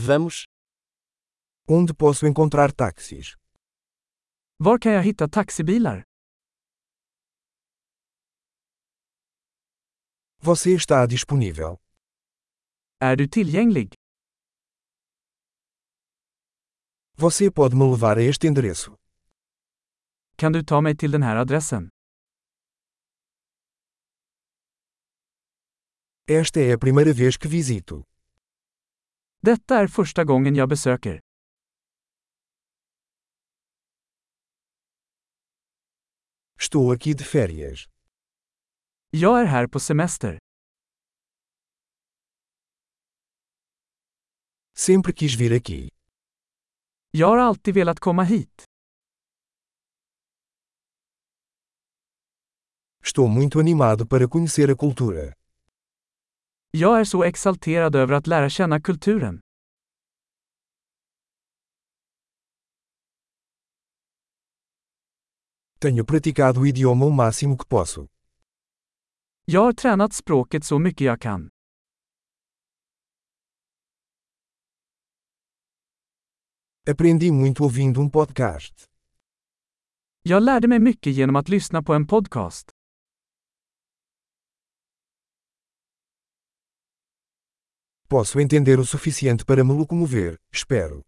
Vamos. Onde posso encontrar táxis? Var kan jag hitta taxibilar? Você está disponível. Är du tillgänglig? Você pode me levar a este endereço. Kan du ta mig till den här adressen? Esta é a primeira vez que visito. Detta är första gången jag besöker. Estou aqui de férias. Jag är här på semester. Sempre quis vir aqui. Jag har alltid velat komma hit. Estou muito animado para conhecer a cultura. Jag är så exalterad över att lära känna kulturen. Tenho praticado o idioma o máximo que posso. Jag har tränat språket så mycket jag kan. Aprendi muito ouvindo um podcast. Jag lärde mig mycket genom att lyssna på en podcast. Posso entender o suficiente para me locomover, espero.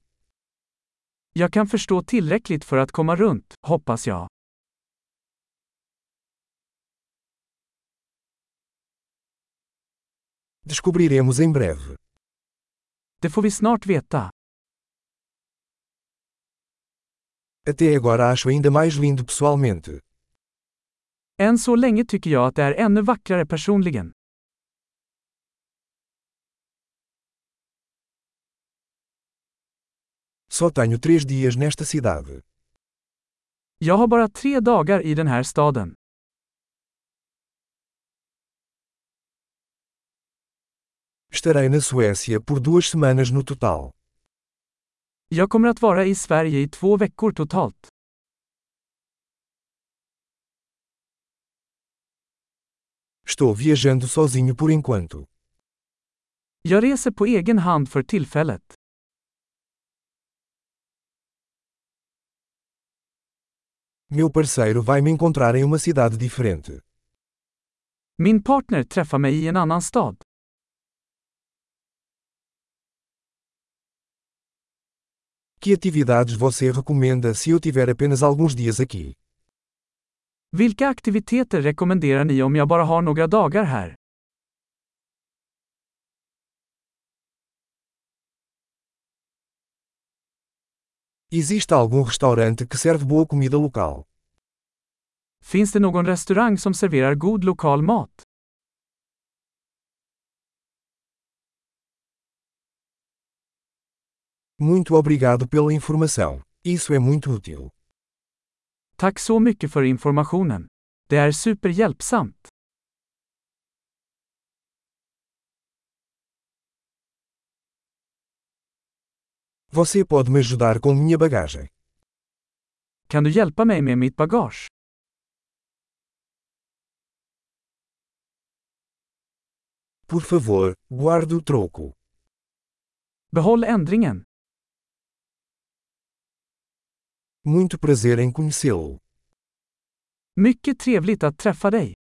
Jag kan förstå tillräckligt för att komma runt, hoppas jag. Descobriremos em breve. Det får vi snart veta. Até agora acho ainda mais lindo pessoalmente. Än så länge tycker jag att det är ännu vackrare personligen. Só tenho três dias nesta cidade. Jag har bara tre dagar i den här staden. Estarei na Suécia por duas semanas no total. Jag kommer att vara i Sverige i två veckor totalt. Estou viajando sozinho por enquanto. Jag reser på egen hand för tillfället. Meu parceiro vai me encontrar em uma cidade diferente. Min partner träffar mig i en annan stad. Que atividades você recomenda se eu tiver apenas alguns dias aqui? Vilka aktiviteter rekommenderar ni om jag bara har några dagar här? Existe algum restaurante que serve boa comida local? Finns det någon restaurang som serverar god lokal mat? Muito obrigado pela informação. Isso é muito útil. Tack så mycket för informationen. Det är superhjälpsamt. Você pode me ajudar com minha bagagem. Kan du hjälpa mig med mitt bagage? Por favor, guarde o troco. Behåll ändringen. Muito prazer em conhecê-lo. Mycket trevligt att träffa dig.